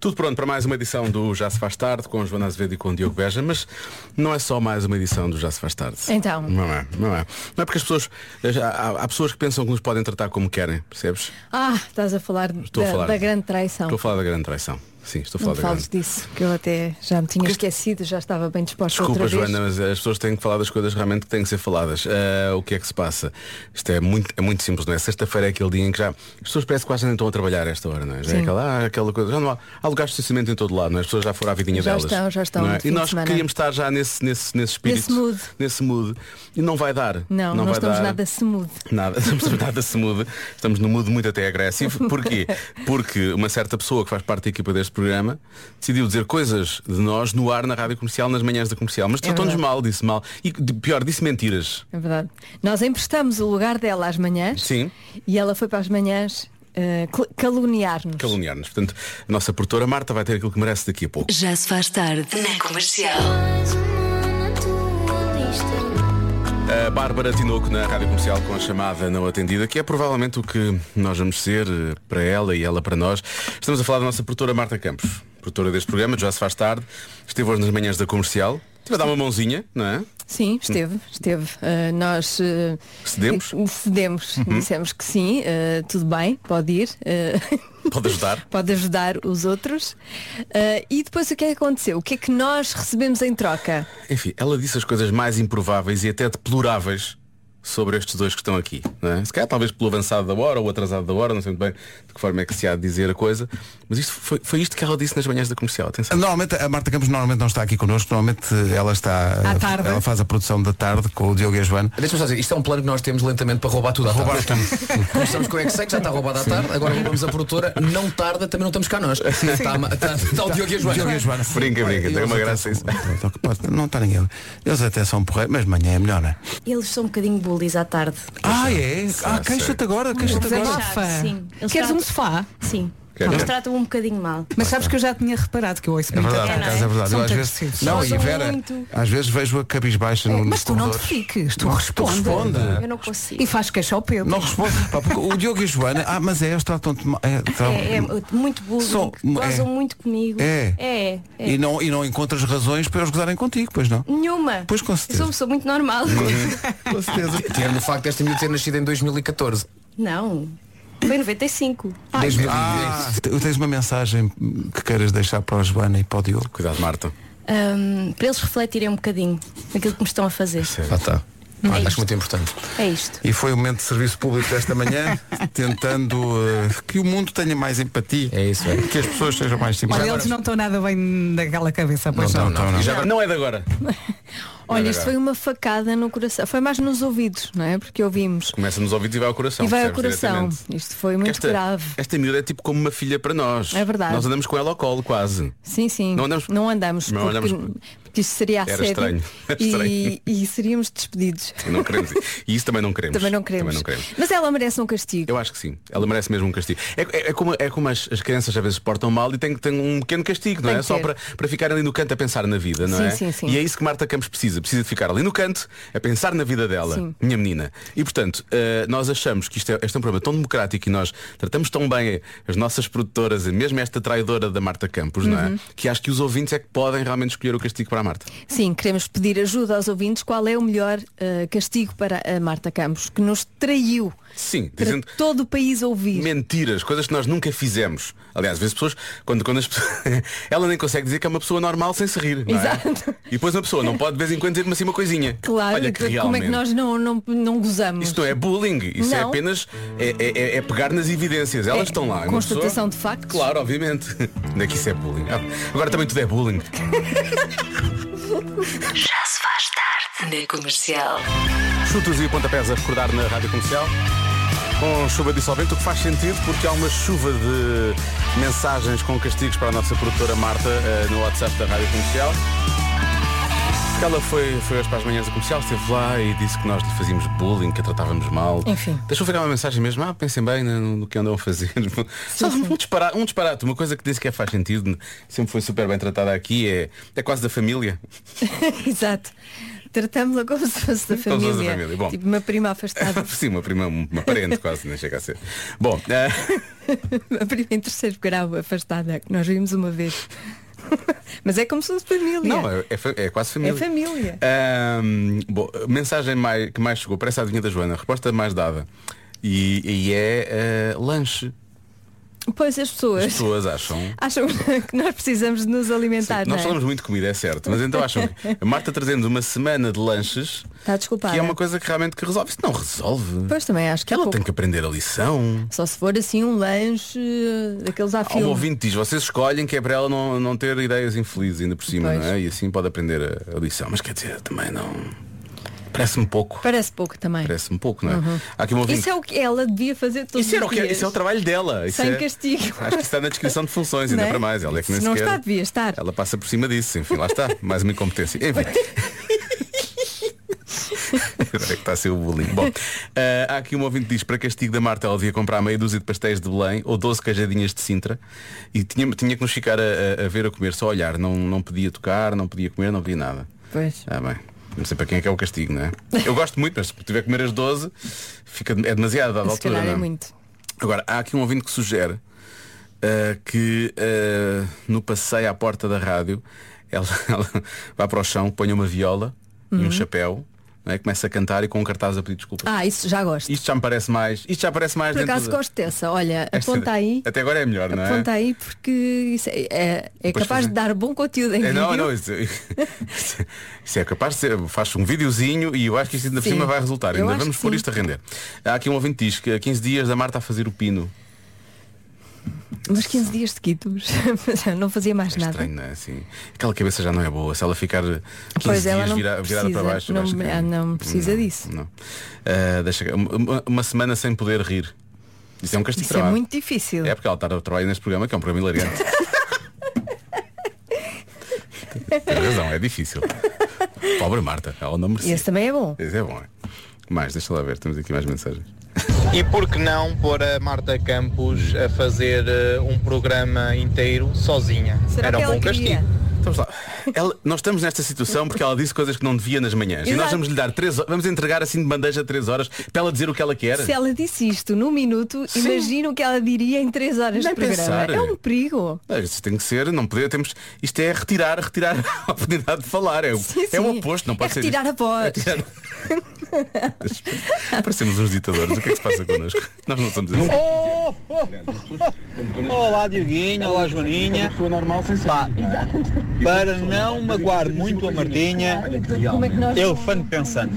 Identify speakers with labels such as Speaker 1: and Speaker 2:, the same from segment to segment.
Speaker 1: Tudo pronto para mais uma edição do Já se faz tarde com Joana Azevedo e com Diogo Beja, mas não é só mais uma edição do Já se faz tarde.
Speaker 2: Então.
Speaker 1: Não é, não é. Não é porque as pessoas há, há- há pessoas que pensam que nos podem tratar como querem, percebes?
Speaker 2: Ah, estás a falar,
Speaker 1: Estou
Speaker 2: da,
Speaker 1: a falar
Speaker 2: da grande traição.
Speaker 1: Estou a falar da grande traição. Sim, estou a falar
Speaker 2: Não
Speaker 1: da
Speaker 2: fales
Speaker 1: grande.
Speaker 2: disso, que eu até já me tinha esquecido, já estava bem disposta
Speaker 1: Desculpa,
Speaker 2: outra vez.
Speaker 1: Joana, mas as pessoas têm que falar das coisas realmente que têm que ser faladas. Ah, o que é que se passa? Isto é muito, é muito simples, não é? Sexta-feira é aquele dia em que já as pessoas parece que quase nem estão a trabalhar a esta hora, não é? Já é
Speaker 2: Sim.
Speaker 1: aquela, ah, aquela coisa. Já não há, há lugares de estacionamento em todo lado, não é? As pessoas já foram à vidinha
Speaker 2: Já
Speaker 1: delas.
Speaker 2: estão, já estão,
Speaker 1: não é?
Speaker 2: de fim
Speaker 1: E
Speaker 2: de
Speaker 1: nós
Speaker 2: semana.
Speaker 1: queríamos estar já nesse, nesse, nesse espírito.
Speaker 2: Nesse mood.
Speaker 1: nesse mood. E não vai dar.
Speaker 2: Não, não,
Speaker 1: vai
Speaker 2: estamos
Speaker 1: dar.
Speaker 2: nada smooth.
Speaker 1: Nada, estamos nada se muda, estamos num mood muito até agressivo. Porquê? Porque uma certa pessoa que faz parte da equipa deste programa decidiu dizer coisas de nós no ar na rádio comercial, nas manhãs da comercial, mas tratou-nos
Speaker 2: verdade.
Speaker 1: mal, disse mal. E de- pior, disse mentiras.
Speaker 2: É verdade. Nós emprestamos o lugar dela às manhãs
Speaker 1: Sim.
Speaker 2: e ela foi para as manhãs eh, cl- caluniar-nos.
Speaker 1: Caluniar-nos. Portanto, a nossa produtora Marta vai ter aquilo que merece daqui a pouco.
Speaker 3: Já se faz tarde na comercial.
Speaker 1: A Bárbara Tinoco na rádio comercial com a chamada não atendida, que é provavelmente o que nós vamos ser eh, para ela e ela para nós. Estamos a falar da nossa produtora Marta Campos, produtora deste programa, já se faz tarde, esteve hoje nas manhãs da comercial. Estive a dar uma mãozinha, não é?
Speaker 2: Sim, esteve, esteve. Eh, nós eh,
Speaker 1: Cedemos? Uhum.
Speaker 2: eh, cedemos. Dissemos que sim, eh, tudo bem, pode ir. eh,
Speaker 1: Pode ajudar.
Speaker 2: Pode ajudar os outros. Eh, e depois o que é que aconteceu? O que é que nós recebemos em troca?
Speaker 1: Enfim, ela disse as coisas mais improváveis e até deploráveis sobre estes dois que estão aqui. Não é? Se calhar talvez pelo avançado da hora ou atrasado da hora, não sei muito bem de que forma é que se há de dizer a coisa. Mas isto foi, foi isto que ela disse nas manhãs da comercial. Atenção.
Speaker 4: Normalmente a Marta Campos normalmente não está aqui connosco, normalmente eh, ela está
Speaker 2: À tarde.
Speaker 4: ela faz a produção da tarde com o Diogo e a Joana.
Speaker 5: Deixa-me só dizer, isto é um plano que nós temos lentamente para roubar tudo à tarde. Começamos com o Excel, que já está roubado à tarde, agora roubamos a produtora, não tarda, também não estamos cá nós. Está, está- está o Diogo e a Joana.
Speaker 4: Diogo e a Joana.
Speaker 1: Brinca, brinca,
Speaker 4: Eles
Speaker 1: tem uma
Speaker 4: até
Speaker 1: graça
Speaker 4: são- Então,
Speaker 1: isso.
Speaker 4: Não está ninguém. Eles até são porreiros, mas de manhã é melhor, não é?
Speaker 6: Eles são um bocadinho bullies à tarde.
Speaker 4: Ah, é? Ah, queixa-te agora, queixa-te
Speaker 7: Mas é
Speaker 4: agora.
Speaker 7: Rafa,
Speaker 6: Sim. Eles
Speaker 7: Queres
Speaker 6: tratam-
Speaker 7: um sofá?
Speaker 6: Sim.
Speaker 1: Quer
Speaker 6: Eles
Speaker 1: ver?
Speaker 6: tratam um bocadinho mal.
Speaker 7: Mas sabes que eu já tinha reparado que eu ouço
Speaker 4: É
Speaker 7: muito
Speaker 4: verdade,
Speaker 7: a
Speaker 4: por
Speaker 7: tarde.
Speaker 4: acaso é verdade.
Speaker 7: São
Speaker 4: Eu às
Speaker 7: muito
Speaker 4: vezes,
Speaker 7: agressivos.
Speaker 4: não, e
Speaker 6: Gozam
Speaker 4: Vera,
Speaker 6: muito.
Speaker 4: às vezes vejo a cabisbaixa no,
Speaker 7: Mas
Speaker 4: nos
Speaker 7: tu não te
Speaker 4: corredores.
Speaker 7: fiques, tu
Speaker 4: Não,
Speaker 7: respondes.
Speaker 4: responde.
Speaker 6: Eu não consigo.
Speaker 7: E faz queixa ao Pedro.
Speaker 4: Não responde. Pá, porque o Diogo e a Joana, ah, mas é, eles tratam-te mal. É, tratam-
Speaker 6: É, é muito bullying.
Speaker 4: São-
Speaker 6: gozam
Speaker 4: é.
Speaker 6: muito comigo.
Speaker 4: É.
Speaker 6: É. é.
Speaker 4: E, não, e não encontras razões para eles gozarem contigo, pois não?
Speaker 6: Nenhuma.
Speaker 4: Pois, com certeza. Uhum.
Speaker 6: Eu sou, sou muito normal.
Speaker 4: Com certeza.
Speaker 5: Tinha no facto desta miúda ter nascido em 2014.
Speaker 6: não. Foi em 95.
Speaker 5: 2020.
Speaker 4: Tu Ah. Tens uma mensagem que queiras deixar para a Joana e para o Diogo?
Speaker 1: Cuidado, Marta.
Speaker 6: Ahm, para eles refletirem um bocadinho naquilo que me estão a fazer.
Speaker 5: Ah, tá. Ah,
Speaker 6: isto.
Speaker 5: acho muito importante.
Speaker 6: É isto.
Speaker 4: E foi o momento de serviço público desta manhã, tentando eh, que o mundo tenha mais empatia.
Speaker 5: É isso, é.
Speaker 4: Que as pessoas sejam mais simples.
Speaker 7: Olha, eles não estão nada bem daquela cabeça, pois não.
Speaker 4: não, não, não.
Speaker 5: E já
Speaker 1: Agora, não é de agora. É
Speaker 2: Olha, isto foi uma facada no coração. Foi mais nos ouvidos, não é? Porque ouvimos.
Speaker 1: Começa nos ouvidos e vai ao coração.
Speaker 2: E vai ao
Speaker 1: Então percebes?
Speaker 2: coração.
Speaker 1: Diretamente.
Speaker 2: Isto foi
Speaker 1: Porque
Speaker 2: muito
Speaker 1: esta,
Speaker 2: grave.
Speaker 1: Esta miúda é tipo como uma filha para nós.
Speaker 2: É verdade.
Speaker 1: Nós andamos com ela ao colo, quase.
Speaker 2: Sim, sim.
Speaker 1: Não andamos-
Speaker 2: porque,
Speaker 1: Não andamos-
Speaker 2: porque isso seria
Speaker 1: Era
Speaker 2: assédio.
Speaker 1: estranho. Era
Speaker 2: E, e seríamos despedidos.
Speaker 1: Não queremos. E isso também não queremos.
Speaker 2: Também não,
Speaker 1: Também
Speaker 2: queremos.
Speaker 1: não queremos.
Speaker 2: Mas ela merece um castigo.
Speaker 1: Eu acho que sim. Ela merece mesmo um castigo. É, é- é como, é como as, as crianças às vezes se portam mal e têm que ter um pequeno castigo, não
Speaker 2: Tem
Speaker 1: é?
Speaker 2: que
Speaker 1: Só
Speaker 2: ter.
Speaker 1: para, para ficar ali no canto a pensar na vida, não
Speaker 2: Sim,
Speaker 1: é?
Speaker 2: sim, sim.
Speaker 1: E é isso que Marta Campos precisa. Precisa de ficar ali no canto a pensar na vida dela,
Speaker 2: Sim.
Speaker 1: minha menina. E portanto, eh, nós achamos que isto é, este é um problema tão democrático e nós tratamos tão bem as nossas produtoras, e mesmo esta traidora da Marta Campos, não
Speaker 2: Uhum.
Speaker 1: é? Que acho que os ouvintes é que podem realmente escolher o castigo para a Marta.
Speaker 2: Sim, queremos pedir ajuda aos ouvintes. Qual é o melhor eh, castigo para a Marta Campos, que nos traiu
Speaker 1: Sim,
Speaker 2: para
Speaker 1: dizendo-
Speaker 2: todo o país ouvir?
Speaker 1: Mentiras, coisas que nós nunca fizemos. Aliás, às vezes pessoas, quando, quando as pessoas. Ela nem consegue dizer que é uma pessoa normal sem se rir. Não é?
Speaker 2: Exato.
Speaker 1: E depois uma pessoa não pode de vez em quando dizer-me assim uma coisinha.
Speaker 2: Claro,
Speaker 1: Olha que
Speaker 2: como
Speaker 1: realmente.
Speaker 2: é que nós não, não, não gozamos?
Speaker 1: Isso não é bullying, isso é
Speaker 2: Não.
Speaker 1: apenas é, é- é- é pegar nas evidências. Elas
Speaker 2: É
Speaker 1: estão lá. Uma pessoa-
Speaker 2: constatação de factos.
Speaker 1: Claro, obviamente. Onde é que isso é bullying? Ah, Agora também tudo é bullying.
Speaker 3: Já se faz tarde na comercial.
Speaker 1: Chutos e pontapés a recordar na rádio comercial. Com chuva dissolvente, o que faz sentido porque há uma chuva de mensagens com castigos para a nossa produtora Marta eh, no WhatsApp da rádio comercial. Porque ela foi, foi hoje para as manhãs da comercial, esteve lá e disse que nós lhe fazíamos bullying, que a tratávamos mal.
Speaker 2: Enfim.
Speaker 1: Deixou ficar uma mensagem mesmo, ah, pensem bem no, no que andam a fazer. Só um, disparate, um disparate, uma coisa que disse que é faz sentido, sempre foi super bem tratada aqui, é, é quase da família.
Speaker 2: Exato. Tratamos-la como se fosse da
Speaker 1: Como se
Speaker 2: família.
Speaker 1: fosse da família, bom.
Speaker 2: Tipo uma prima afastada,
Speaker 1: Sim, uma prima, uma parente quase, nem chega a ser. Bom, eh,
Speaker 2: uma prima em terceiro grau afastada, que nós vimos uma vez. Mas é como se fosse família.
Speaker 1: não, é, é fa- é quase família.
Speaker 2: É família.
Speaker 1: Ahm, bom, a mensagem mais, que mais chegou, parece a adivinha da Joana, a resposta mais dada. E, e é eh, lanche.
Speaker 2: Pois as pessoas
Speaker 1: As pessoas acham.
Speaker 2: acham que nós precisamos de nos alimentar,
Speaker 1: Sim,
Speaker 2: não
Speaker 1: nós
Speaker 2: é?
Speaker 1: falamos muito de comida, é certo. Mas então acham que a Marta trazendo uma semana de lanches
Speaker 2: Está desculpada.
Speaker 1: que é uma coisa que realmente que resolve. Isso não resolve.
Speaker 2: Pois também acho que é
Speaker 1: Ela
Speaker 2: pouco.
Speaker 1: tem que aprender a lição.
Speaker 2: Só se for assim um lanche eh, daqueles à
Speaker 1: Há um
Speaker 2: filme.
Speaker 1: ouvinte que diz, vocês escolhem que é para ela não, não ter ideias infelizes ainda por cima,
Speaker 2: Pois.
Speaker 1: não é? E assim pode aprender a, a lição. Mas quer dizer, também não. Parece-me pouco.
Speaker 2: Parece pouco também.
Speaker 1: Parece-me pouco, não é? Há aqui um ouvinte.
Speaker 2: Isso é o que ela devia fazer todos
Speaker 1: Isso era o
Speaker 2: os
Speaker 1: que
Speaker 2: dias.
Speaker 1: isso é o trabalho dela. Isso
Speaker 2: Sem
Speaker 1: é-
Speaker 2: castigo.
Speaker 1: Acho que está na descrição de funções, ainda
Speaker 2: Não é?
Speaker 1: para mais. Ela é que nem
Speaker 2: Se não
Speaker 1: sequer-
Speaker 2: está, devia estar.
Speaker 1: Ela passa por cima disso, enfim, lá está. Mais uma incompetência. Enfim. Agora é que está a ser o bullying. Bom, ah, há aqui um ouvinte que diz para castigo da Marta ela devia comprar meia dúzia de pastéis de Belém ou 12 cajadinhas de Sintra e tinha, tinha que nos ficar a, a- a ver a comer, só a olhar. Não, não podia tocar, não podia comer, não podia nada.
Speaker 2: Pois.
Speaker 1: Ah, bem. Não sei para quem é que é o castigo, não é? Eu gosto muito, mas se tiver que comer as 12, fica, é demasiado à dada
Speaker 2: Se
Speaker 1: altura.
Speaker 2: calhar é
Speaker 1: não é?
Speaker 2: muito.
Speaker 1: Agora, há aqui um ouvinte que sugere ah, que ah, no passeio à porta da rádio ela, ela vai para o chão, põe uma viola
Speaker 2: Uhum.
Speaker 1: e um chapéu, não é? começa a cantar e com um cartaz a pedir desculpa.
Speaker 2: Ah, isso já gosto.
Speaker 1: Isto já me parece mais. Isto já parece mais
Speaker 2: Por
Speaker 1: dentro
Speaker 2: acaso
Speaker 1: da-
Speaker 2: gosto dessa. Olha,
Speaker 1: Esta-
Speaker 2: aponta aí.
Speaker 1: Até agora é melhor, não é?
Speaker 2: Aponta aí porque isso é, é, é
Speaker 1: Pois
Speaker 2: capaz
Speaker 1: fazer.
Speaker 2: de dar bom conteúdo em
Speaker 1: É,
Speaker 2: vídeo.
Speaker 1: não, não, isso, isso é capaz de ser, faz um videozinho e eu acho que isto ainda por
Speaker 2: Sim.
Speaker 1: cima vai resultar.
Speaker 2: Eu
Speaker 1: Ainda
Speaker 2: acho
Speaker 1: vamos
Speaker 2: que
Speaker 1: pôr
Speaker 2: sim.
Speaker 1: isto a render. Há aqui um ouvinte que diz que há 15 dias da Marta a fazer o pino.
Speaker 2: Mas 15 dias seguidos. já não fazia mais
Speaker 1: É
Speaker 2: nada.
Speaker 1: estranho, não é? Assim, aquela cabeça já não é boa. Se ela ficar 15
Speaker 2: Pois
Speaker 1: dias
Speaker 2: ela não
Speaker 1: vira- virada
Speaker 2: precisa,
Speaker 1: para baixo,
Speaker 2: não-
Speaker 1: eu acho que-
Speaker 2: ah, não precisa
Speaker 1: não,
Speaker 2: disso.
Speaker 1: não. Ah, deixa, cá, uma, uma semana sem poder rir. Isso é um castigo
Speaker 2: Isso
Speaker 1: para
Speaker 2: é
Speaker 1: ela.
Speaker 2: muito difícil.
Speaker 1: É porque ela está a trabalhar neste programa, que é um programa hilariante. Tem razão, é difícil. Pobre Marta, ela não
Speaker 2: E
Speaker 1: merecia.
Speaker 2: esse também é bom.
Speaker 1: Esse é bom. é. Mais, deixa lá ver, temos aqui mais mensagens.
Speaker 8: E por que não pôr a Marta Campos a fazer eh, um programa inteiro sozinha?
Speaker 2: Será
Speaker 8: Era
Speaker 2: que
Speaker 8: um
Speaker 2: ela
Speaker 8: bom
Speaker 2: queria?
Speaker 8: castigo.
Speaker 1: Estamos lá. Ela- nós estamos nesta situação porque ela disse coisas que não devia nas manhãs. E nós
Speaker 2: Exato.
Speaker 1: vamos lhe dar três horas, vamos entregar assim de bandeja três horas para ela dizer o que ela quer.
Speaker 2: Se ela disse isto num minuto, imagino o que ela diria em 3 horas
Speaker 1: Nem
Speaker 2: de programa.
Speaker 1: pensar.
Speaker 2: É um perigo.
Speaker 1: Ah, Isto tem que ser, não poder, temos, isto é retirar, retirar a oportunidade de falar. É, o-
Speaker 2: Sim,
Speaker 1: é o
Speaker 2: sim.
Speaker 1: oposto, não pode
Speaker 2: é
Speaker 1: ser.
Speaker 2: Tirar a voz.
Speaker 1: Parecemos uns ditadores, o que é que se passa connosco? Nós não somos assim.
Speaker 8: Oh, Olá Dioguinho, olá Joaninha. Pá, para não magoar muito a Martinha, elefante pensante.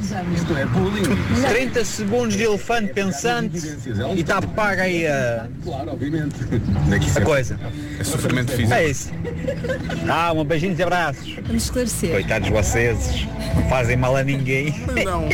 Speaker 8: 30 segundos de elefante pensante e está paga aí a, a coisa.
Speaker 1: É sofrimento físico.
Speaker 8: É isso. Ah, um beijinho e abraços.
Speaker 2: Vamos esclarecer.
Speaker 8: Coitados vocês, não fazem mal a ninguém.
Speaker 1: Não.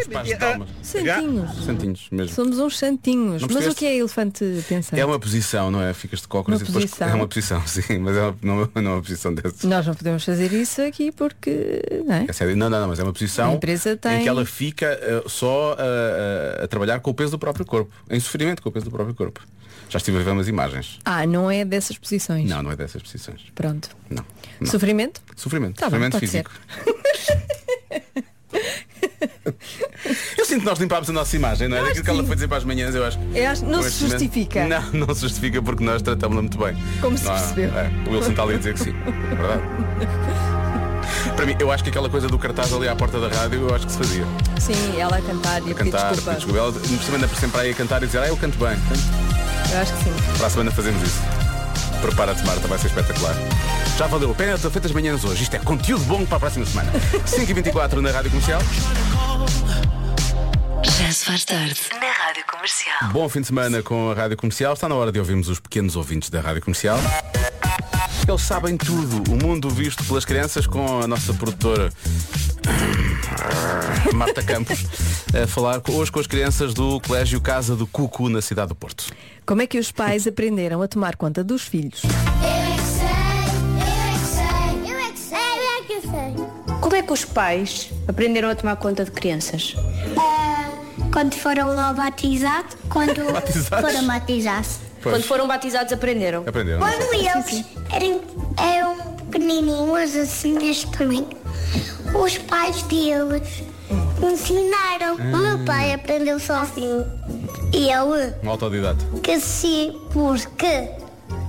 Speaker 1: Os pais de palmas.
Speaker 2: Santinhos.
Speaker 1: Santinhos mesmo.
Speaker 2: Somos uns santinhos.
Speaker 1: Não
Speaker 2: Mas o
Speaker 1: percebeste?
Speaker 2: que é elefante pensante?
Speaker 1: É uma posição, não é? Ficas de cócoras
Speaker 2: Uma
Speaker 1: e depois.
Speaker 2: posição.
Speaker 1: É uma posição, sim, mas é uma- não, não é uma posição dessas.
Speaker 2: Nós não podemos fazer isso aqui porque. Não é?
Speaker 1: É sério, Não, não, não, mas é uma posição
Speaker 2: A empresa tem-
Speaker 1: em que ela fica eh, só eh, eh, a trabalhar com o peso do próprio corpo, em sofrimento com o peso do próprio corpo. Já estive a ver umas imagens.
Speaker 2: Ah, não é dessas posições.
Speaker 1: Não, não é dessas posições.
Speaker 2: Pronto.
Speaker 1: Não. não.
Speaker 2: Sofrimento?
Speaker 1: Sofrimento.
Speaker 2: Tá bem,
Speaker 1: sofrimento
Speaker 2: pode
Speaker 1: físico. eu sinto que nós limpámos a nossa imagem, não é?
Speaker 2: Eu acho
Speaker 1: Daquilo que ela
Speaker 2: que
Speaker 1: foi dizer para as manhãs, eu acho. que
Speaker 2: Eu acho- não
Speaker 1: com
Speaker 2: se
Speaker 1: este momento-
Speaker 2: justifica.
Speaker 1: Não, não se justifica porque nós tratámos-la muito bem.
Speaker 2: Como se
Speaker 1: Não há-
Speaker 2: percebeu.
Speaker 1: é, o Wilson está ali a dizer que sim. É verdade. Para mim, eu acho que aquela coisa do cartaz ali à porta da rádio, eu acho que se fazia.
Speaker 2: Sim, ela a cantar e a pedir
Speaker 1: Cantar,
Speaker 2: desculpa.
Speaker 1: pedir desculpa. Ela também anda sempre aí a cantar e dizer, ah, eu canto bem.
Speaker 2: Eu acho que sim.
Speaker 1: Para a semana fazemos isso. Prepara-te, Marta, vai ser espetacular. Já valeu a pena ter feito as manhãs hoje. Isto é conteúdo bom para a próxima semana. 5h24 na Rádio Comercial.
Speaker 3: Já se faz tarde na Rádio Comercial.
Speaker 1: Bom fim de semana com a Rádio Comercial. Está na hora de ouvirmos os pequenos ouvintes da Rádio Comercial. Eles sabem tudo. O mundo visto pelas crianças com a nossa produtora Marta Campos a falar co- hoje com as crianças do Colégio Casa do Cucu na cidade do Porto.
Speaker 2: Como é que os pais aprenderam a tomar conta dos filhos?
Speaker 9: é
Speaker 10: Como é que os pais aprenderam a tomar conta de crianças?
Speaker 9: Quando foram lá batizados, quando
Speaker 1: Batizados?
Speaker 9: foram batizados.
Speaker 1: Pois.
Speaker 10: Quando foram batizados aprenderam?
Speaker 1: Aprenderam? não é?
Speaker 9: Quando eles eram, eram pequenininhos assim deste tamanho, Os pais deles ensinaram. O meu pai aprendeu sozinho. E ele
Speaker 1: Um autodidata.
Speaker 9: cresci porque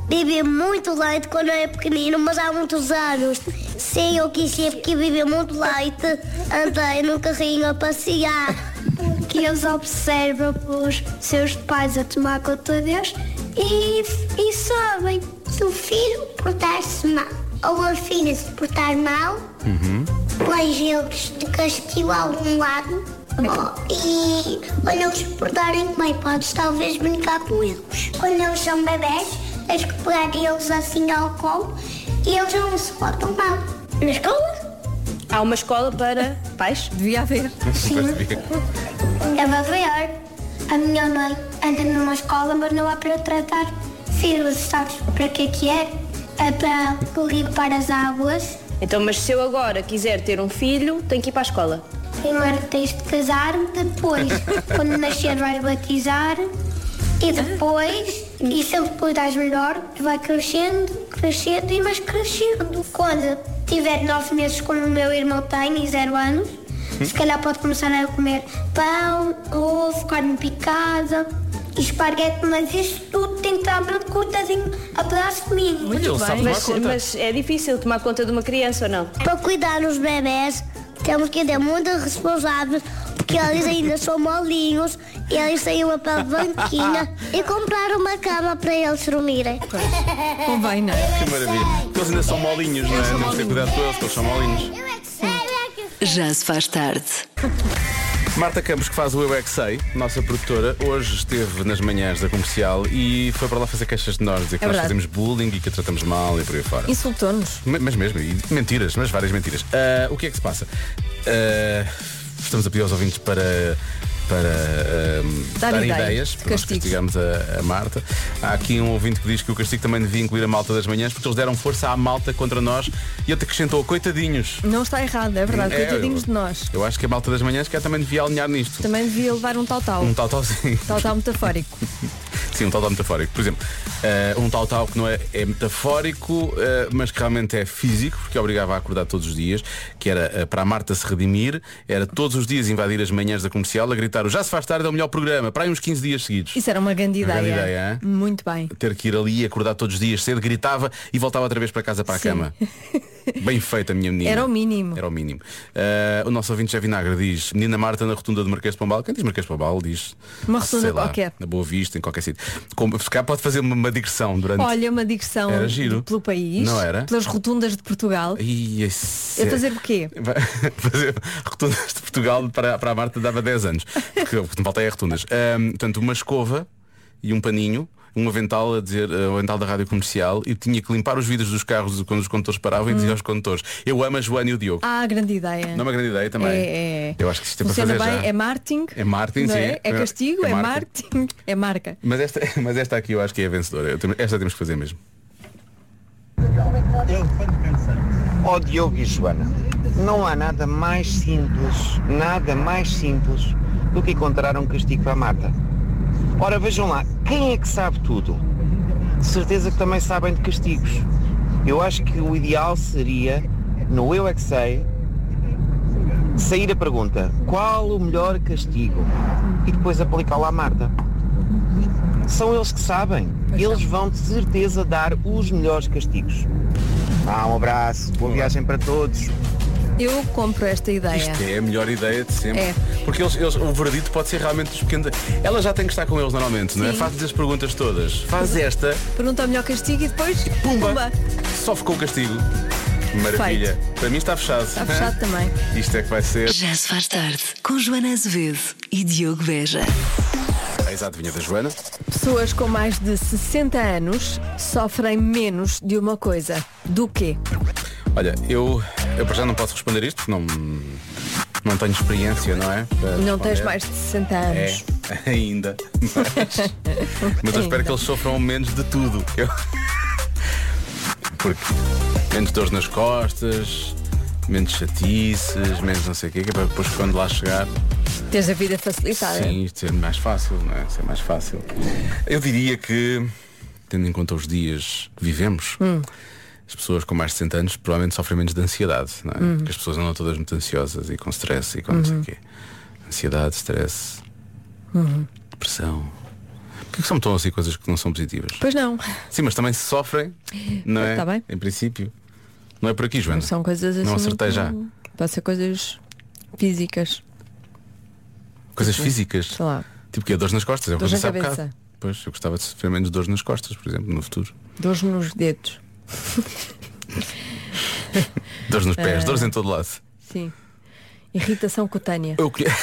Speaker 9: bebi muito leite quando era pequenino, mas há muitos anos. Sim, eu quis sempre que bebi muito leite, andei num carrinho a passear. Que eles observam os seus pais a tomar conta deles e, e sabem se o filho portar-se mal ou a filha se portar mal, pois eles te castigam a algum lado e quando eles se portarem bem, podes talvez brincar com eles. Quando eles são bebés, tens que pegar eles assim ao colo e eles não se portam mal. Na escola?
Speaker 6: Há uma escola para pais?
Speaker 2: Devia haver.
Speaker 9: É maior. A minha mãe anda numa escola, mas não é para tratar filhos, sabes para que que é? É para correr para as águas.
Speaker 6: Então, mas se eu agora quiser ter um filho, tenho que ir para a escola.
Speaker 9: Primeiro tens de casar, depois, quando nascer, vais batizar e depois, e se depois estás melhor, vai crescendo, crescendo e mais crescendo. Quando tiver nove meses, como o meu irmão tem, e zero anos, se calhar pode começar a comer pão, ovo, carne picada. E esparguete, mas isso tudo tem que estar bem cortadinho a pedaços mínimos.
Speaker 11: Ele sabe tomar
Speaker 6: Mas,
Speaker 11: conta.
Speaker 6: mas é difícil tomar conta de uma criança ou não?
Speaker 9: Para cuidar dos bebés, temos que ter muito responsáveis, porque eles ainda são molinhos, e eles têm uma palanquinha e comprar uma cama para eles dormirem.
Speaker 2: Convém, não é?
Speaker 1: Que maravilha. Eles ainda são molinhos, não é? Temos que ter cuidado com eles, que eles são molinhos.
Speaker 9: é
Speaker 12: Já se faz tarde.
Speaker 1: Marta Campos, que faz o Eu é Que Sei, nossa produtora, hoje esteve nas manhãs da comercial e foi para lá fazer queixas de nós, dizer que
Speaker 2: É
Speaker 1: nós
Speaker 2: verdade.
Speaker 1: fazemos bullying e que a tratamos mal e por aí fora.
Speaker 2: Insultou-nos.
Speaker 1: Me- Mas mesmo, e mentiras, mas várias mentiras. Ah, o que é que se passa? Ah, estamos a pedir aos ouvintes para. Para ah,
Speaker 2: Dar
Speaker 1: darem
Speaker 2: ideias
Speaker 1: ideias,
Speaker 2: de
Speaker 1: para nós
Speaker 2: castigos.
Speaker 1: castigamos a, a Marta. Há aqui um ouvinte que diz que o castigo também devia incluir a malta das manhãs, porque eles deram força à malta contra nós e ele acrescentou coitadinhos.
Speaker 2: Não está errado, é verdade.
Speaker 1: É,
Speaker 2: Coitadinhos
Speaker 1: eu-
Speaker 2: de nós.
Speaker 1: Eu acho que a malta das manhãs que é, também devia alinhar nisto.
Speaker 2: Também devia levar um tal-tal.
Speaker 1: Um tal talzinho.
Speaker 2: Tal-tal metafórico.
Speaker 1: Sim, um tal tal metafórico. Por exemplo, eh, um tal tal que não é, é metafórico, eh, mas que realmente é físico, porque obrigava a acordar todos os dias, que era eh, para a Marta se redimir, era todos os dias invadir as manhãs da comercial a gritar o Já se faz tarde é o melhor programa, para aí uns 15 dias seguidos.
Speaker 2: Isso era uma grande
Speaker 1: Uma
Speaker 2: ideia.
Speaker 1: grande ideia, é? hein?
Speaker 2: Muito bem.
Speaker 1: Ter que ir ali, acordar todos os dias cedo, gritava e voltava outra vez para casa para a
Speaker 2: Sim.
Speaker 1: cama. Bem feita, minha menina.
Speaker 2: Era o mínimo.
Speaker 1: Era o mínimo. Eh, o nosso ouvinte Jé Vinagre diz, menina Marta na rotunda do Marquês de Pombal. Quem diz Marquês de Pombal diz.
Speaker 2: Uma rotunda
Speaker 1: sei lá,
Speaker 2: qualquer.
Speaker 1: Na Boa Vista, em qualquer sítio. Como, se calhar pode fazer uma, uma digressão durante.
Speaker 2: Olha, uma digressão
Speaker 1: Era giro.
Speaker 2: pelo país,
Speaker 1: Não era?
Speaker 2: pelas rotundas de Portugal.
Speaker 1: Ih, é
Speaker 2: Eu
Speaker 1: sério.
Speaker 2: fazer o quê?
Speaker 1: Vai- fazer rotundas de Portugal para, para a Marta dava 10 anos. Porque o que não falta é rotundas. Ahm, portanto, uma escova e um paninho. Um avental a dizer, eh, o avental da rádio comercial e tinha que limpar os vidros dos carros quando os condutores paravam e dizia aos condutores, eu amo a Joana e o Diogo.
Speaker 2: Hum. Ah, grande ideia.
Speaker 1: Não é uma grande ideia também.
Speaker 2: É, é.
Speaker 1: Eu acho que isto é
Speaker 2: Funciona
Speaker 1: para fazer
Speaker 2: bem,
Speaker 1: já.
Speaker 2: é marketing.
Speaker 1: É marketing,
Speaker 2: não
Speaker 1: sim.
Speaker 2: É? é castigo, é, marketing, é marca.
Speaker 1: Mas esta, mas esta aqui eu acho que é a vencedora. Eu tenho- Esta temos que fazer mesmo.
Speaker 13: Ó Diogo e Joana, não há nada mais simples, nada mais simples do que encontrar um castigo para a Marta. Ora, vejam lá, quem é que sabe tudo? De certeza que também sabem de castigos. Eu acho que o ideal seria, no Eu É Que Sei, sair a pergunta, qual o melhor castigo? E depois aplicá-lo à Marta. São eles que sabem. Eles vão de certeza dar os melhores castigos. Ah, um abraço, boa viagem para todos.
Speaker 2: Eu compro esta ideia.
Speaker 1: Isto é a melhor ideia de sempre.
Speaker 2: É.
Speaker 1: Porque eles, eles- o verdito pode ser realmente dos pequenos. Ela já tem que estar com eles normalmente, não é?
Speaker 2: Sim.
Speaker 1: Faz-lhes as perguntas todas. Faz esta,
Speaker 2: Pergunta ao melhor castigo e depois pumba.
Speaker 1: só ficou o castigo. Maravilha. Para mim está fechado.
Speaker 12: Está fechado
Speaker 2: também.
Speaker 1: Isto é que vai ser.
Speaker 12: Já se faz tarde. Com Joana Azevedo e Diogo Beja.
Speaker 1: A exadivinha É da Joana.
Speaker 2: Pessoas com mais de 60 anos sofrem menos de uma coisa. Do quê?
Speaker 1: Olha, eu, eu para já não posso responder isto, porque não, não tenho experiência, não é? Para
Speaker 2: Não
Speaker 1: responder.
Speaker 2: tens mais de 60 anos.
Speaker 1: É, ainda. Mas, mas eu espero que eles sofram menos de tudo. Eu- Porque menos dores nas costas, menos chatices, menos não sei o quê, que é para depois quando lá chegar.
Speaker 2: Tens a vida facilitada.
Speaker 1: Sim, isto ser mais fácil, não é? Ser mais
Speaker 2: Hum.
Speaker 1: fácil. Eu diria que, tendo em conta os dias que vivemos, as pessoas com mais de 60 anos provavelmente sofrem menos de ansiedade, não é?
Speaker 2: Uhum.
Speaker 1: Porque as pessoas andam todas muito ansiosas e com stress e com não sei o
Speaker 2: Uhum.
Speaker 1: quê. Ansiedade, stress,
Speaker 2: Uhum.
Speaker 1: depressão. Porquê que são tão assim coisas que não são positivas?
Speaker 2: Pois não.
Speaker 1: Sim, mas também se sofrem, não é?
Speaker 2: Tá bem.
Speaker 1: Em princípio. Não é por aqui, Joana.
Speaker 2: São coisas assim.
Speaker 1: Não acertei já.
Speaker 2: muito- Pode ser coisas físicas.
Speaker 1: Coisas
Speaker 2: Tipo,
Speaker 1: físicas.
Speaker 2: Sei lá.
Speaker 1: Tipo que é dores nas costas, é o que eu
Speaker 2: Dores
Speaker 1: disse
Speaker 2: na
Speaker 1: há bocado.
Speaker 2: cabeça.
Speaker 1: Pois, eu gostava de sofrer menos dores nas costas, por exemplo, no futuro.
Speaker 2: Dores nos dedos.
Speaker 1: Dores nos pés,
Speaker 2: Ah.
Speaker 1: dores em todo lado.
Speaker 2: Sim. Irritação cutânea.
Speaker 1: Eu queria...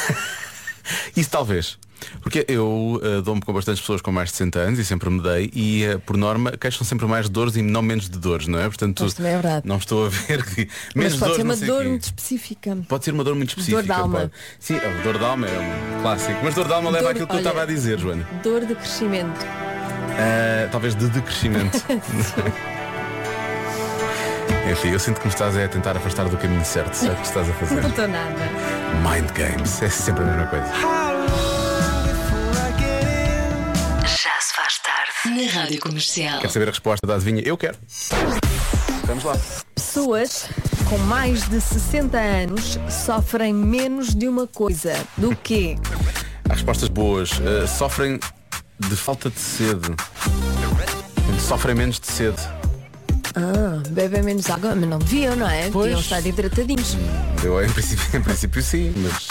Speaker 1: Isso talvez. Porque eu eh, dou-me com bastantes pessoas com mais de 60 anos e sempre me dei e eh, por norma queixam sempre mais de dores e não menos de dores, não é? Portanto,
Speaker 2: Mas também é verdade.
Speaker 1: não estou a ver que
Speaker 2: Mas
Speaker 1: menos
Speaker 2: pode
Speaker 1: dores,
Speaker 2: ser uma
Speaker 1: não sei
Speaker 2: dor
Speaker 1: quê.
Speaker 2: muito específica.
Speaker 1: Pode ser uma dor muito específica.
Speaker 2: Dor de alma.
Speaker 1: pode. Sim, a dor de alma é um clássico. Mas dor de alma leva
Speaker 2: Dor-
Speaker 1: àquilo que
Speaker 2: olha-
Speaker 1: eu estava a dizer, Joana.
Speaker 2: Dor de crescimento.
Speaker 1: Ah, talvez de decrescimento. Enfim, eu sinto que me estás a tentar afastar do caminho certo, sabe o que estás a fazer?
Speaker 2: Não estou nada.
Speaker 1: Mind games, é sempre a mesma coisa.
Speaker 3: Já se faz tarde. Na Rádio Comercial.
Speaker 1: Quer saber a resposta da adivinha? Eu quero. Vamos lá.
Speaker 2: Pessoas com mais de 60 anos sofrem menos de uma coisa. Do quê?
Speaker 1: Há respostas boas. Uh, sofrem de falta de sede. Sofrem menos de sede.
Speaker 2: Ah, bebem menos água, mas não deviam, não é? Deviam estar hidratadinhos.
Speaker 1: Eu, em, princípio, em princípio sim, mas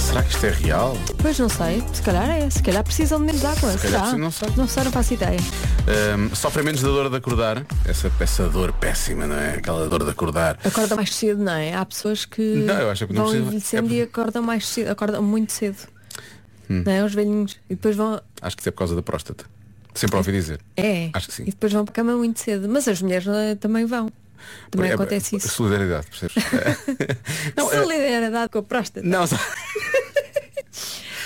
Speaker 1: será que isto é real?
Speaker 2: Pois não sei, se calhar é, se calhar precisam de menos água.
Speaker 1: Se calhar
Speaker 2: será?
Speaker 1: precisam, não sei.
Speaker 2: Não sei, não faço ideia.
Speaker 1: Um, sofrem menos da dor de acordar. Essa, essa dor péssima, não é? Aquela dor de acordar.
Speaker 2: Acorda mais cedo, não é? Há pessoas que
Speaker 1: Não, eu acho que não
Speaker 2: vão
Speaker 1: precisa- é
Speaker 2: envelhecendo e acordam mais cedo, acordam muito cedo.
Speaker 1: Hum.
Speaker 2: Não é? Os velhinhos. E depois vão.
Speaker 1: Acho que isso é por causa da próstata. Sempre ouvi dizer.
Speaker 2: É.
Speaker 1: Acho que sim.
Speaker 2: E depois vão para a cama muito cedo. Mas as mulheres eh, também vão. Também
Speaker 1: É-
Speaker 2: acontece isso.
Speaker 1: Solidariedade, percebes? não, é-
Speaker 2: Solidariedade com a próstata.
Speaker 1: Não,
Speaker 2: Nós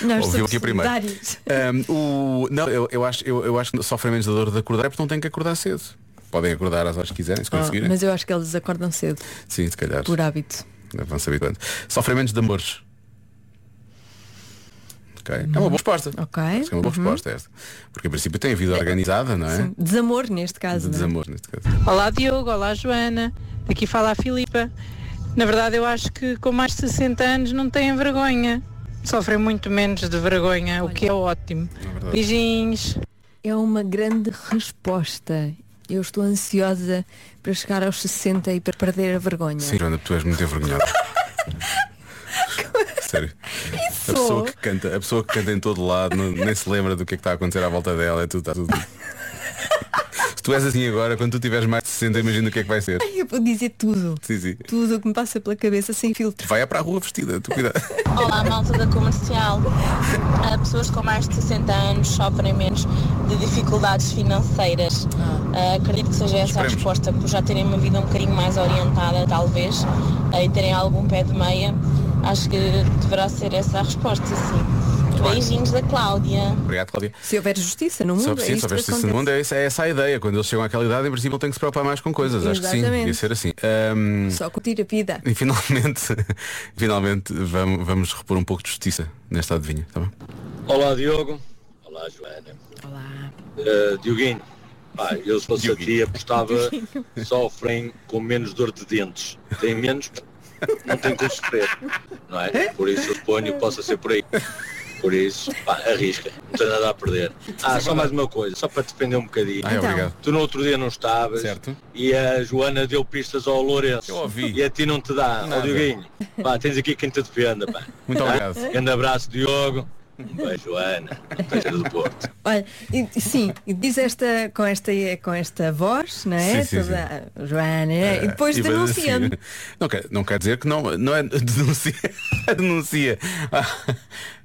Speaker 1: Ouviu
Speaker 2: somos
Speaker 1: aqui primeiro.
Speaker 2: solidários.
Speaker 1: Um, o, não, eu, eu acho, eu, eu acho que sofrem menos da dor de acordar é porque não têm que acordar cedo. Podem acordar às horas que quiserem, se
Speaker 2: Ah,
Speaker 1: conseguirem.
Speaker 2: mas eu acho que eles acordam cedo,
Speaker 1: Sim, se calhar.
Speaker 2: por hábito.
Speaker 1: Vão se habituando. Sofrem menos de amores. Ok. É uma boa resposta.
Speaker 2: Uhum. Ok.
Speaker 1: Acho que é uma boa
Speaker 2: Uhum.
Speaker 1: resposta esta. Porque em princípio têm vida organizada, não é?
Speaker 2: Sim. Desamor neste
Speaker 1: De
Speaker 2: caso. não é?
Speaker 1: desamor, neste caso.
Speaker 14: Olá Diogo, olá Joana, daqui fala a Filipa. Na verdade eu acho que com mais de 60 anos não têm vergonha. Sofrem muito menos de vergonha, o que é ótimo. Beijinhos.
Speaker 2: É uma grande resposta. Eu estou ansiosa para chegar aos 60 e para perder a vergonha.
Speaker 1: Sim, Joana, tu és muito envergonhada. Sério.
Speaker 2: Isso.
Speaker 1: A pessoa que canta, a pessoa que canta em todo lado, não- nem se lembra do que é que está a acontecer à volta dela, é tudo, está tudo. se tu és assim agora, quando tu tiveres mais de 60, imagina o que é que vai ser.
Speaker 2: Ai, eu vou dizer tudo.
Speaker 1: Sim, sim.
Speaker 2: Tudo o que me passa pela cabeça sem filtro.
Speaker 1: Vai é para a rua vestida, tu cuidado.
Speaker 15: Olá, malta da comercial. Ah, pessoas com mais de 60 anos sofrem menos de dificuldades financeiras. Ah, acredito que seja essa
Speaker 16: Esperemos.
Speaker 15: a resposta, por já terem uma vida um bocadinho mais orientada, talvez, ah, e terem algum pé de meia. Acho que deverá ser essa a resposta, sim.
Speaker 1: bem.
Speaker 15: Beijinhos da Cláudia.
Speaker 1: Obrigado, Cláudia.
Speaker 2: Se houver justiça no
Speaker 1: Só
Speaker 2: mundo, é
Speaker 1: preciso,
Speaker 2: isto
Speaker 1: saber
Speaker 2: que
Speaker 1: se isso no
Speaker 2: acontece.
Speaker 1: mundo é, essa- é essa a ideia. Quando eles chegam àquela idade, em princípio, têm que se preocupar mais com coisas. Acho que sim,
Speaker 2: Exatamente.
Speaker 1: devia ser assim. Ahm,
Speaker 2: Só curtir a vida.
Speaker 1: E finalmente, finalmente vamos, vamos repor um pouco de justiça nesta adivinha, tá bom?
Speaker 13: Olá Diogo. Olá Joana. Olá. Dioguinho, pá, eu se fosse a ti apostava sofrem com menos dor de dentes. Tem menos, não tem como sofrer. Não é? Por isso eu suponho que possa ser por aí. Por isso, pá, arrisca. Não tem nada a perder. Ah, só mais uma coisa, só para defender um bocadinho.
Speaker 1: Ah, Então. obrigado.
Speaker 13: Tu no outro dia não estavas e a Joana deu pistas ao Lourenço. Eu ouvi. E a ti não te dá,
Speaker 1: Nada.
Speaker 13: ó Dioguinho. Pá, tens aqui quem te defenda, pá.
Speaker 1: Muito
Speaker 13: Tá?
Speaker 1: obrigado.
Speaker 13: Grande abraço, Diogo. Um beijo, Ana. Um beijo do Porto.
Speaker 2: Olha, e- e sim, e diz esta com esta com esta voz, não
Speaker 1: Sim,
Speaker 2: é?
Speaker 1: sim,
Speaker 2: Toda- Joana, né? e depois
Speaker 1: Eh, vai
Speaker 2: denunciando.
Speaker 1: assim. Não quer, não quer dizer que não, não é denuncia. denuncia. Ah,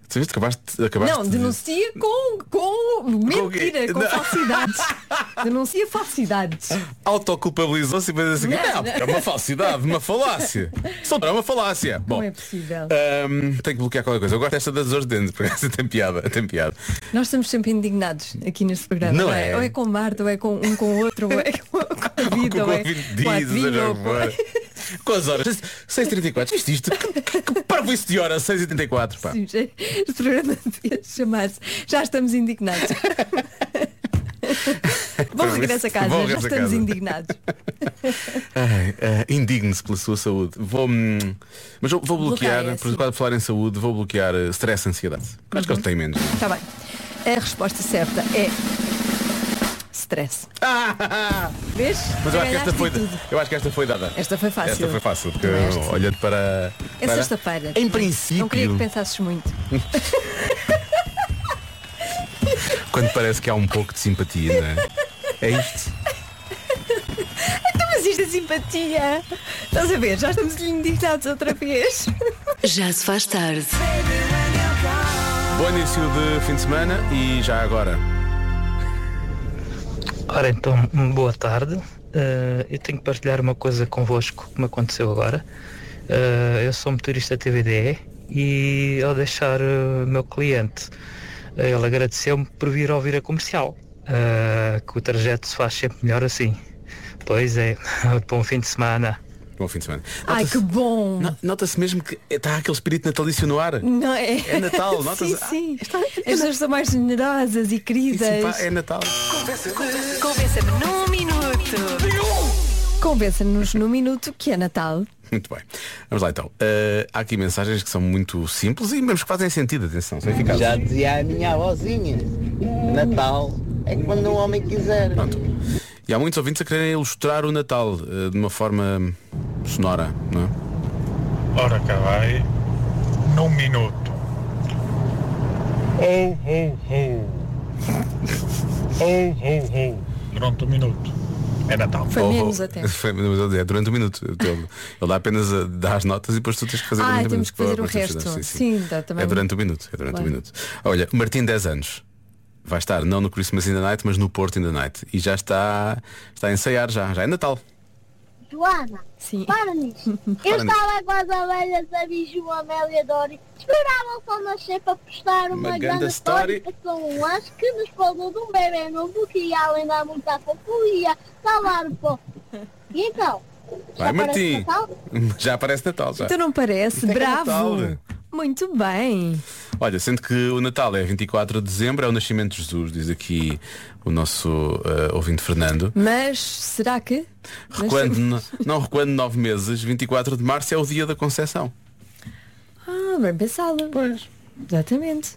Speaker 1: tu viste, acabaste, acabaste
Speaker 2: Não,
Speaker 1: de-
Speaker 2: denuncia com, com mentira, com,
Speaker 1: Não.
Speaker 2: falsidades. denuncia falsidades.
Speaker 1: Autoculpabilizou-se e fez assim.
Speaker 2: Não.
Speaker 1: Não, é uma falsidade, uma falácia. Só é uma falácia. Bom,
Speaker 2: Não é possível.
Speaker 1: ahm, tenho que bloquear qualquer coisa. Eu gosto desta das dores de dentro, porque essa tem piada, tem piada.
Speaker 2: Nós estamos sempre indignados aqui neste programa.
Speaker 1: Não
Speaker 2: não
Speaker 1: é?
Speaker 2: Ou é com Marta, ou é com um com o outro, ou é com com a
Speaker 1: Com
Speaker 2: vida,
Speaker 1: o
Speaker 2: ou é
Speaker 1: Covid
Speaker 2: com a
Speaker 1: diz,
Speaker 2: vida,
Speaker 1: seja
Speaker 2: ou
Speaker 1: o que
Speaker 2: com-
Speaker 1: for. Com as horas. 6h34, viste isto? Que- Que que parvoíce de hora, 6h34, pá.
Speaker 2: Sim, já- Este programa devia chamar-se Já estamos indignados. Bom regresso a casa,
Speaker 1: Bom
Speaker 2: já
Speaker 1: regresso a
Speaker 2: estamos
Speaker 1: casa.
Speaker 2: indignados.
Speaker 1: Ai, eh, Indigne-se pela sua saúde. Vou, hum, mas eu vou bloquear,
Speaker 2: Bloqueia,
Speaker 1: por quando falar em saúde, vou bloquear eh, stress e ansiedade. Porque Acho que
Speaker 2: Uhum.
Speaker 1: eles têm menos.
Speaker 2: Está Tá bem. A resposta certa é stress. Vês?
Speaker 1: Mas eu acho, que esta
Speaker 2: Ganhaste
Speaker 1: foi,
Speaker 2: tudo.
Speaker 1: eu acho que esta foi dada.
Speaker 2: Esta foi fácil.
Speaker 1: Esta foi fácil, porque
Speaker 2: Também acho que sim.
Speaker 1: olhando para.
Speaker 2: É
Speaker 1: para-
Speaker 2: sexta-feira.
Speaker 1: Em princípio.
Speaker 2: Não queria que pensasses muito.
Speaker 1: Quando parece que há um pouco de simpatia, não é? É isto.
Speaker 2: Então, mas isto é simpatia. Estás a ver? Já estamos indignados outra vez.
Speaker 3: Já se faz tarde.
Speaker 1: Bom início de fim de semana e já agora.
Speaker 16: Ora então, boa tarde. Eh, eu tenho que partilhar uma coisa convosco que me aconteceu agora. Eh, eu sou motorista TVDE e ao deixar eh, o meu cliente, eh, ele agradeceu-me por vir ouvir a comercial. eh, que o trajeto se faz sempre melhor assim. Pois é, bom fim de semana.
Speaker 1: Bom fim de semana.
Speaker 2: Ai, que bom.
Speaker 1: No- Nota-se mesmo que está aquele espírito natalício no ar.
Speaker 2: Não é?
Speaker 1: É Natal, nota-se.
Speaker 2: Sim, sim. As pessoas são mais generosas e queridas.
Speaker 1: Sim, pá, é Natal.
Speaker 3: Convença-me num minuto.
Speaker 2: Convença-nos num minuto que é Natal.
Speaker 1: Muito bem. Vamos lá então. Eh, há aqui mensagens que são muito simples e mesmo que fazem sentido, atenção, são eficazes.
Speaker 17: Já dizia a minha avózinha, Natal é quando um homem quiser.
Speaker 1: E há muitos ouvintes a quererem ilustrar o Natal eh, de uma forma sonora, não é?
Speaker 18: Ora cá vai, num minuto. Ho, ho, ho. Ho, ho, ho. Durante um minuto. É Natal.
Speaker 1: Ou- ou- Foi menos até, durante um minuto. Ele, ele dá apenas a, dá as notas e depois tu tens que fazer
Speaker 2: Ai,
Speaker 1: durante um minuto.
Speaker 2: temos que fazer o
Speaker 1: Mas temos que
Speaker 2: resto.
Speaker 1: fazer,
Speaker 2: Sim,
Speaker 1: sim, sim.
Speaker 2: dá também.
Speaker 1: É durante um minuto. É durante um
Speaker 2: Claro.
Speaker 1: minuto. Olha, o Martim 10 anos. Vai estar não no Christmas in the Night, mas no Porto in the Night. E já está, está a ensaiar já. Já é Natal.
Speaker 9: Joana, para nisso. Eu
Speaker 1: Para nisso.
Speaker 9: estava com as abelhas a Biju, a Amélia Dori. Esperavam só nascer para postar uma,
Speaker 1: Uma
Speaker 9: grande
Speaker 1: grande
Speaker 9: história.
Speaker 1: story.
Speaker 9: São um anjo que nos falou de um bebê novo que ia além da muita fofolia, salvar o povo. E então?
Speaker 1: Vai,
Speaker 9: já parece
Speaker 1: Martim.
Speaker 9: Natal?
Speaker 1: Já parece Natal. Já.
Speaker 2: Então não parece?
Speaker 1: Isto é que é
Speaker 2: Bravo.
Speaker 1: Natal.
Speaker 2: Muito bem.
Speaker 1: Olha, sendo que o Natal é 24 de dezembro, é o nascimento de Jesus, diz aqui o nosso eh, ouvinte Fernando.
Speaker 2: Mas será que? Mas-
Speaker 1: Recuando, no- não recuando nove meses, 24 de março é o dia da concessão.
Speaker 2: Ah, bem pensado. Pois. Exatamente.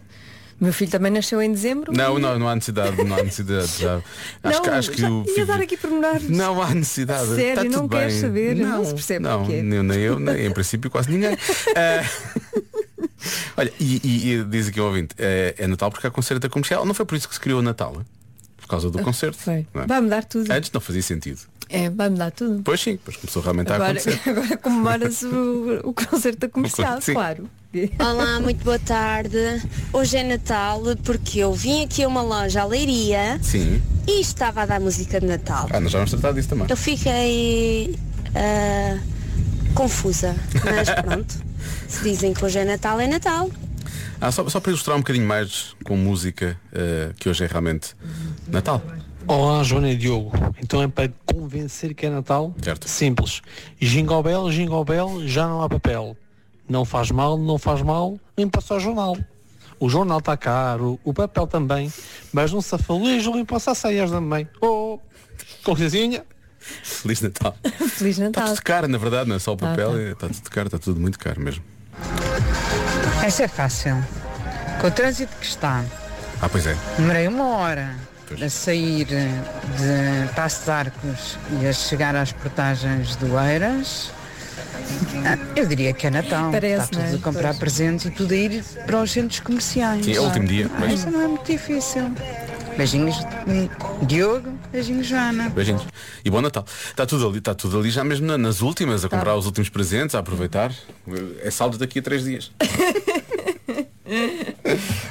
Speaker 2: Meu filho também nasceu em dezembro.
Speaker 1: Não, não, não há necessidade, não há necessidade. Já. Acho,
Speaker 2: Não,
Speaker 1: que, acho que
Speaker 2: já
Speaker 1: o
Speaker 2: ia dar aqui pormenores.
Speaker 1: Não há necessidade.
Speaker 2: Sério,
Speaker 1: Está tudo
Speaker 2: não queres
Speaker 1: bem.
Speaker 2: saber, não, se percebe
Speaker 1: Não,
Speaker 2: porquê.
Speaker 1: nem, nem eu, nem, em princípio quase ninguém. Ah, olha, e, e- e diz aqui o ouvinte, é, é Natal porque há concerto da comercial. Não foi por isso que se criou o Natal, hein? por causa do concerto.
Speaker 2: Ah, Foi.
Speaker 1: não é?
Speaker 2: Vai mudar tudo.
Speaker 1: Antes não fazia sentido.
Speaker 2: É, vai mudar tudo.
Speaker 1: Pois sim, depois começou realmente Tá a
Speaker 2: Agora,
Speaker 1: acontecer.
Speaker 2: agora comemora-se o, o concerto da comercial,
Speaker 1: Sim.
Speaker 2: claro.
Speaker 19: Olá, muito boa tarde. Hoje é Natal porque eu vim aqui a uma loja à Leiria
Speaker 1: Sim.
Speaker 19: e estava a dar música de Natal.
Speaker 1: Ah, nós já vamos tratar disso
Speaker 2: Então-
Speaker 1: também.
Speaker 19: Eu fiquei ah, confusa, mas pronto. Se dizem que hoje é Natal, é Natal.
Speaker 1: Ah, só, só para ilustrar um bocadinho mais com música, eh, que hoje é realmente Natal.
Speaker 20: Olá, Joana e Diogo. Então é para convencer que é Natal? Simples. Jingle bell, jingle bell, já não há papel. Não faz mal, não faz mal, limpa só o jornal. O jornal está caro, o papel também, mas não se afalejo, limpa-se a ceias também. Oh, com coisinha.
Speaker 1: Feliz Natal.
Speaker 2: Feliz
Speaker 1: Está
Speaker 2: Natal.
Speaker 1: tudo caro, na verdade, não é só o
Speaker 2: Tá,
Speaker 1: papel,
Speaker 2: tá.
Speaker 1: eh, está tudo caro, está tudo muito caro mesmo.
Speaker 21: Esta é fácil. Com o trânsito que está,
Speaker 1: Ah, pois é.
Speaker 21: demorei uma hora a sair de Passo de Arcos e a chegar às portagens do Eiras. Ah, Eu diria que é Natal.
Speaker 2: Parece,
Speaker 21: está tudo
Speaker 2: não é?
Speaker 21: a comprar
Speaker 2: Pois.
Speaker 21: presentes e tudo a ir para os centros comerciais.
Speaker 1: Sim, é o último dia,
Speaker 21: Ah,
Speaker 1: mas-
Speaker 21: Isto não é muito difícil. Beijinhos, hum, Diogo. Beijinhos,
Speaker 2: é
Speaker 21: Joana.
Speaker 1: Beijinhos. E bom Natal. Está tudo ali, está tudo ali já mesmo na- nas últimas, a
Speaker 21: Tá.
Speaker 1: comprar os últimos presentes, a aproveitar. Eh, É saldo daqui a três dias.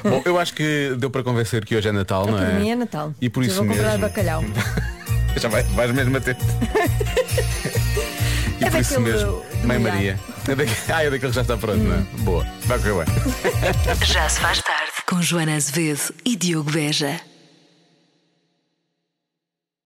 Speaker 1: bom, eu acho que deu para convencer que hoje é Natal, não
Speaker 2: Para
Speaker 1: é?
Speaker 2: mim é Natal.
Speaker 1: E por
Speaker 2: Eu
Speaker 1: isso
Speaker 2: vou comprar
Speaker 1: mesmo.
Speaker 2: bacalhau.
Speaker 1: Já vai, vais mesmo a tempo. e
Speaker 2: É
Speaker 1: por isso
Speaker 2: daquele
Speaker 1: mesmo.
Speaker 2: do- Hum. do
Speaker 1: Mãe
Speaker 2: molhado.
Speaker 1: Maria. É daque- Ah, é daquele que já está pronto, não é? Boa. Vai correr bem.
Speaker 3: Já se faz tarde. Com Joana Azevedo e Diogo Beja.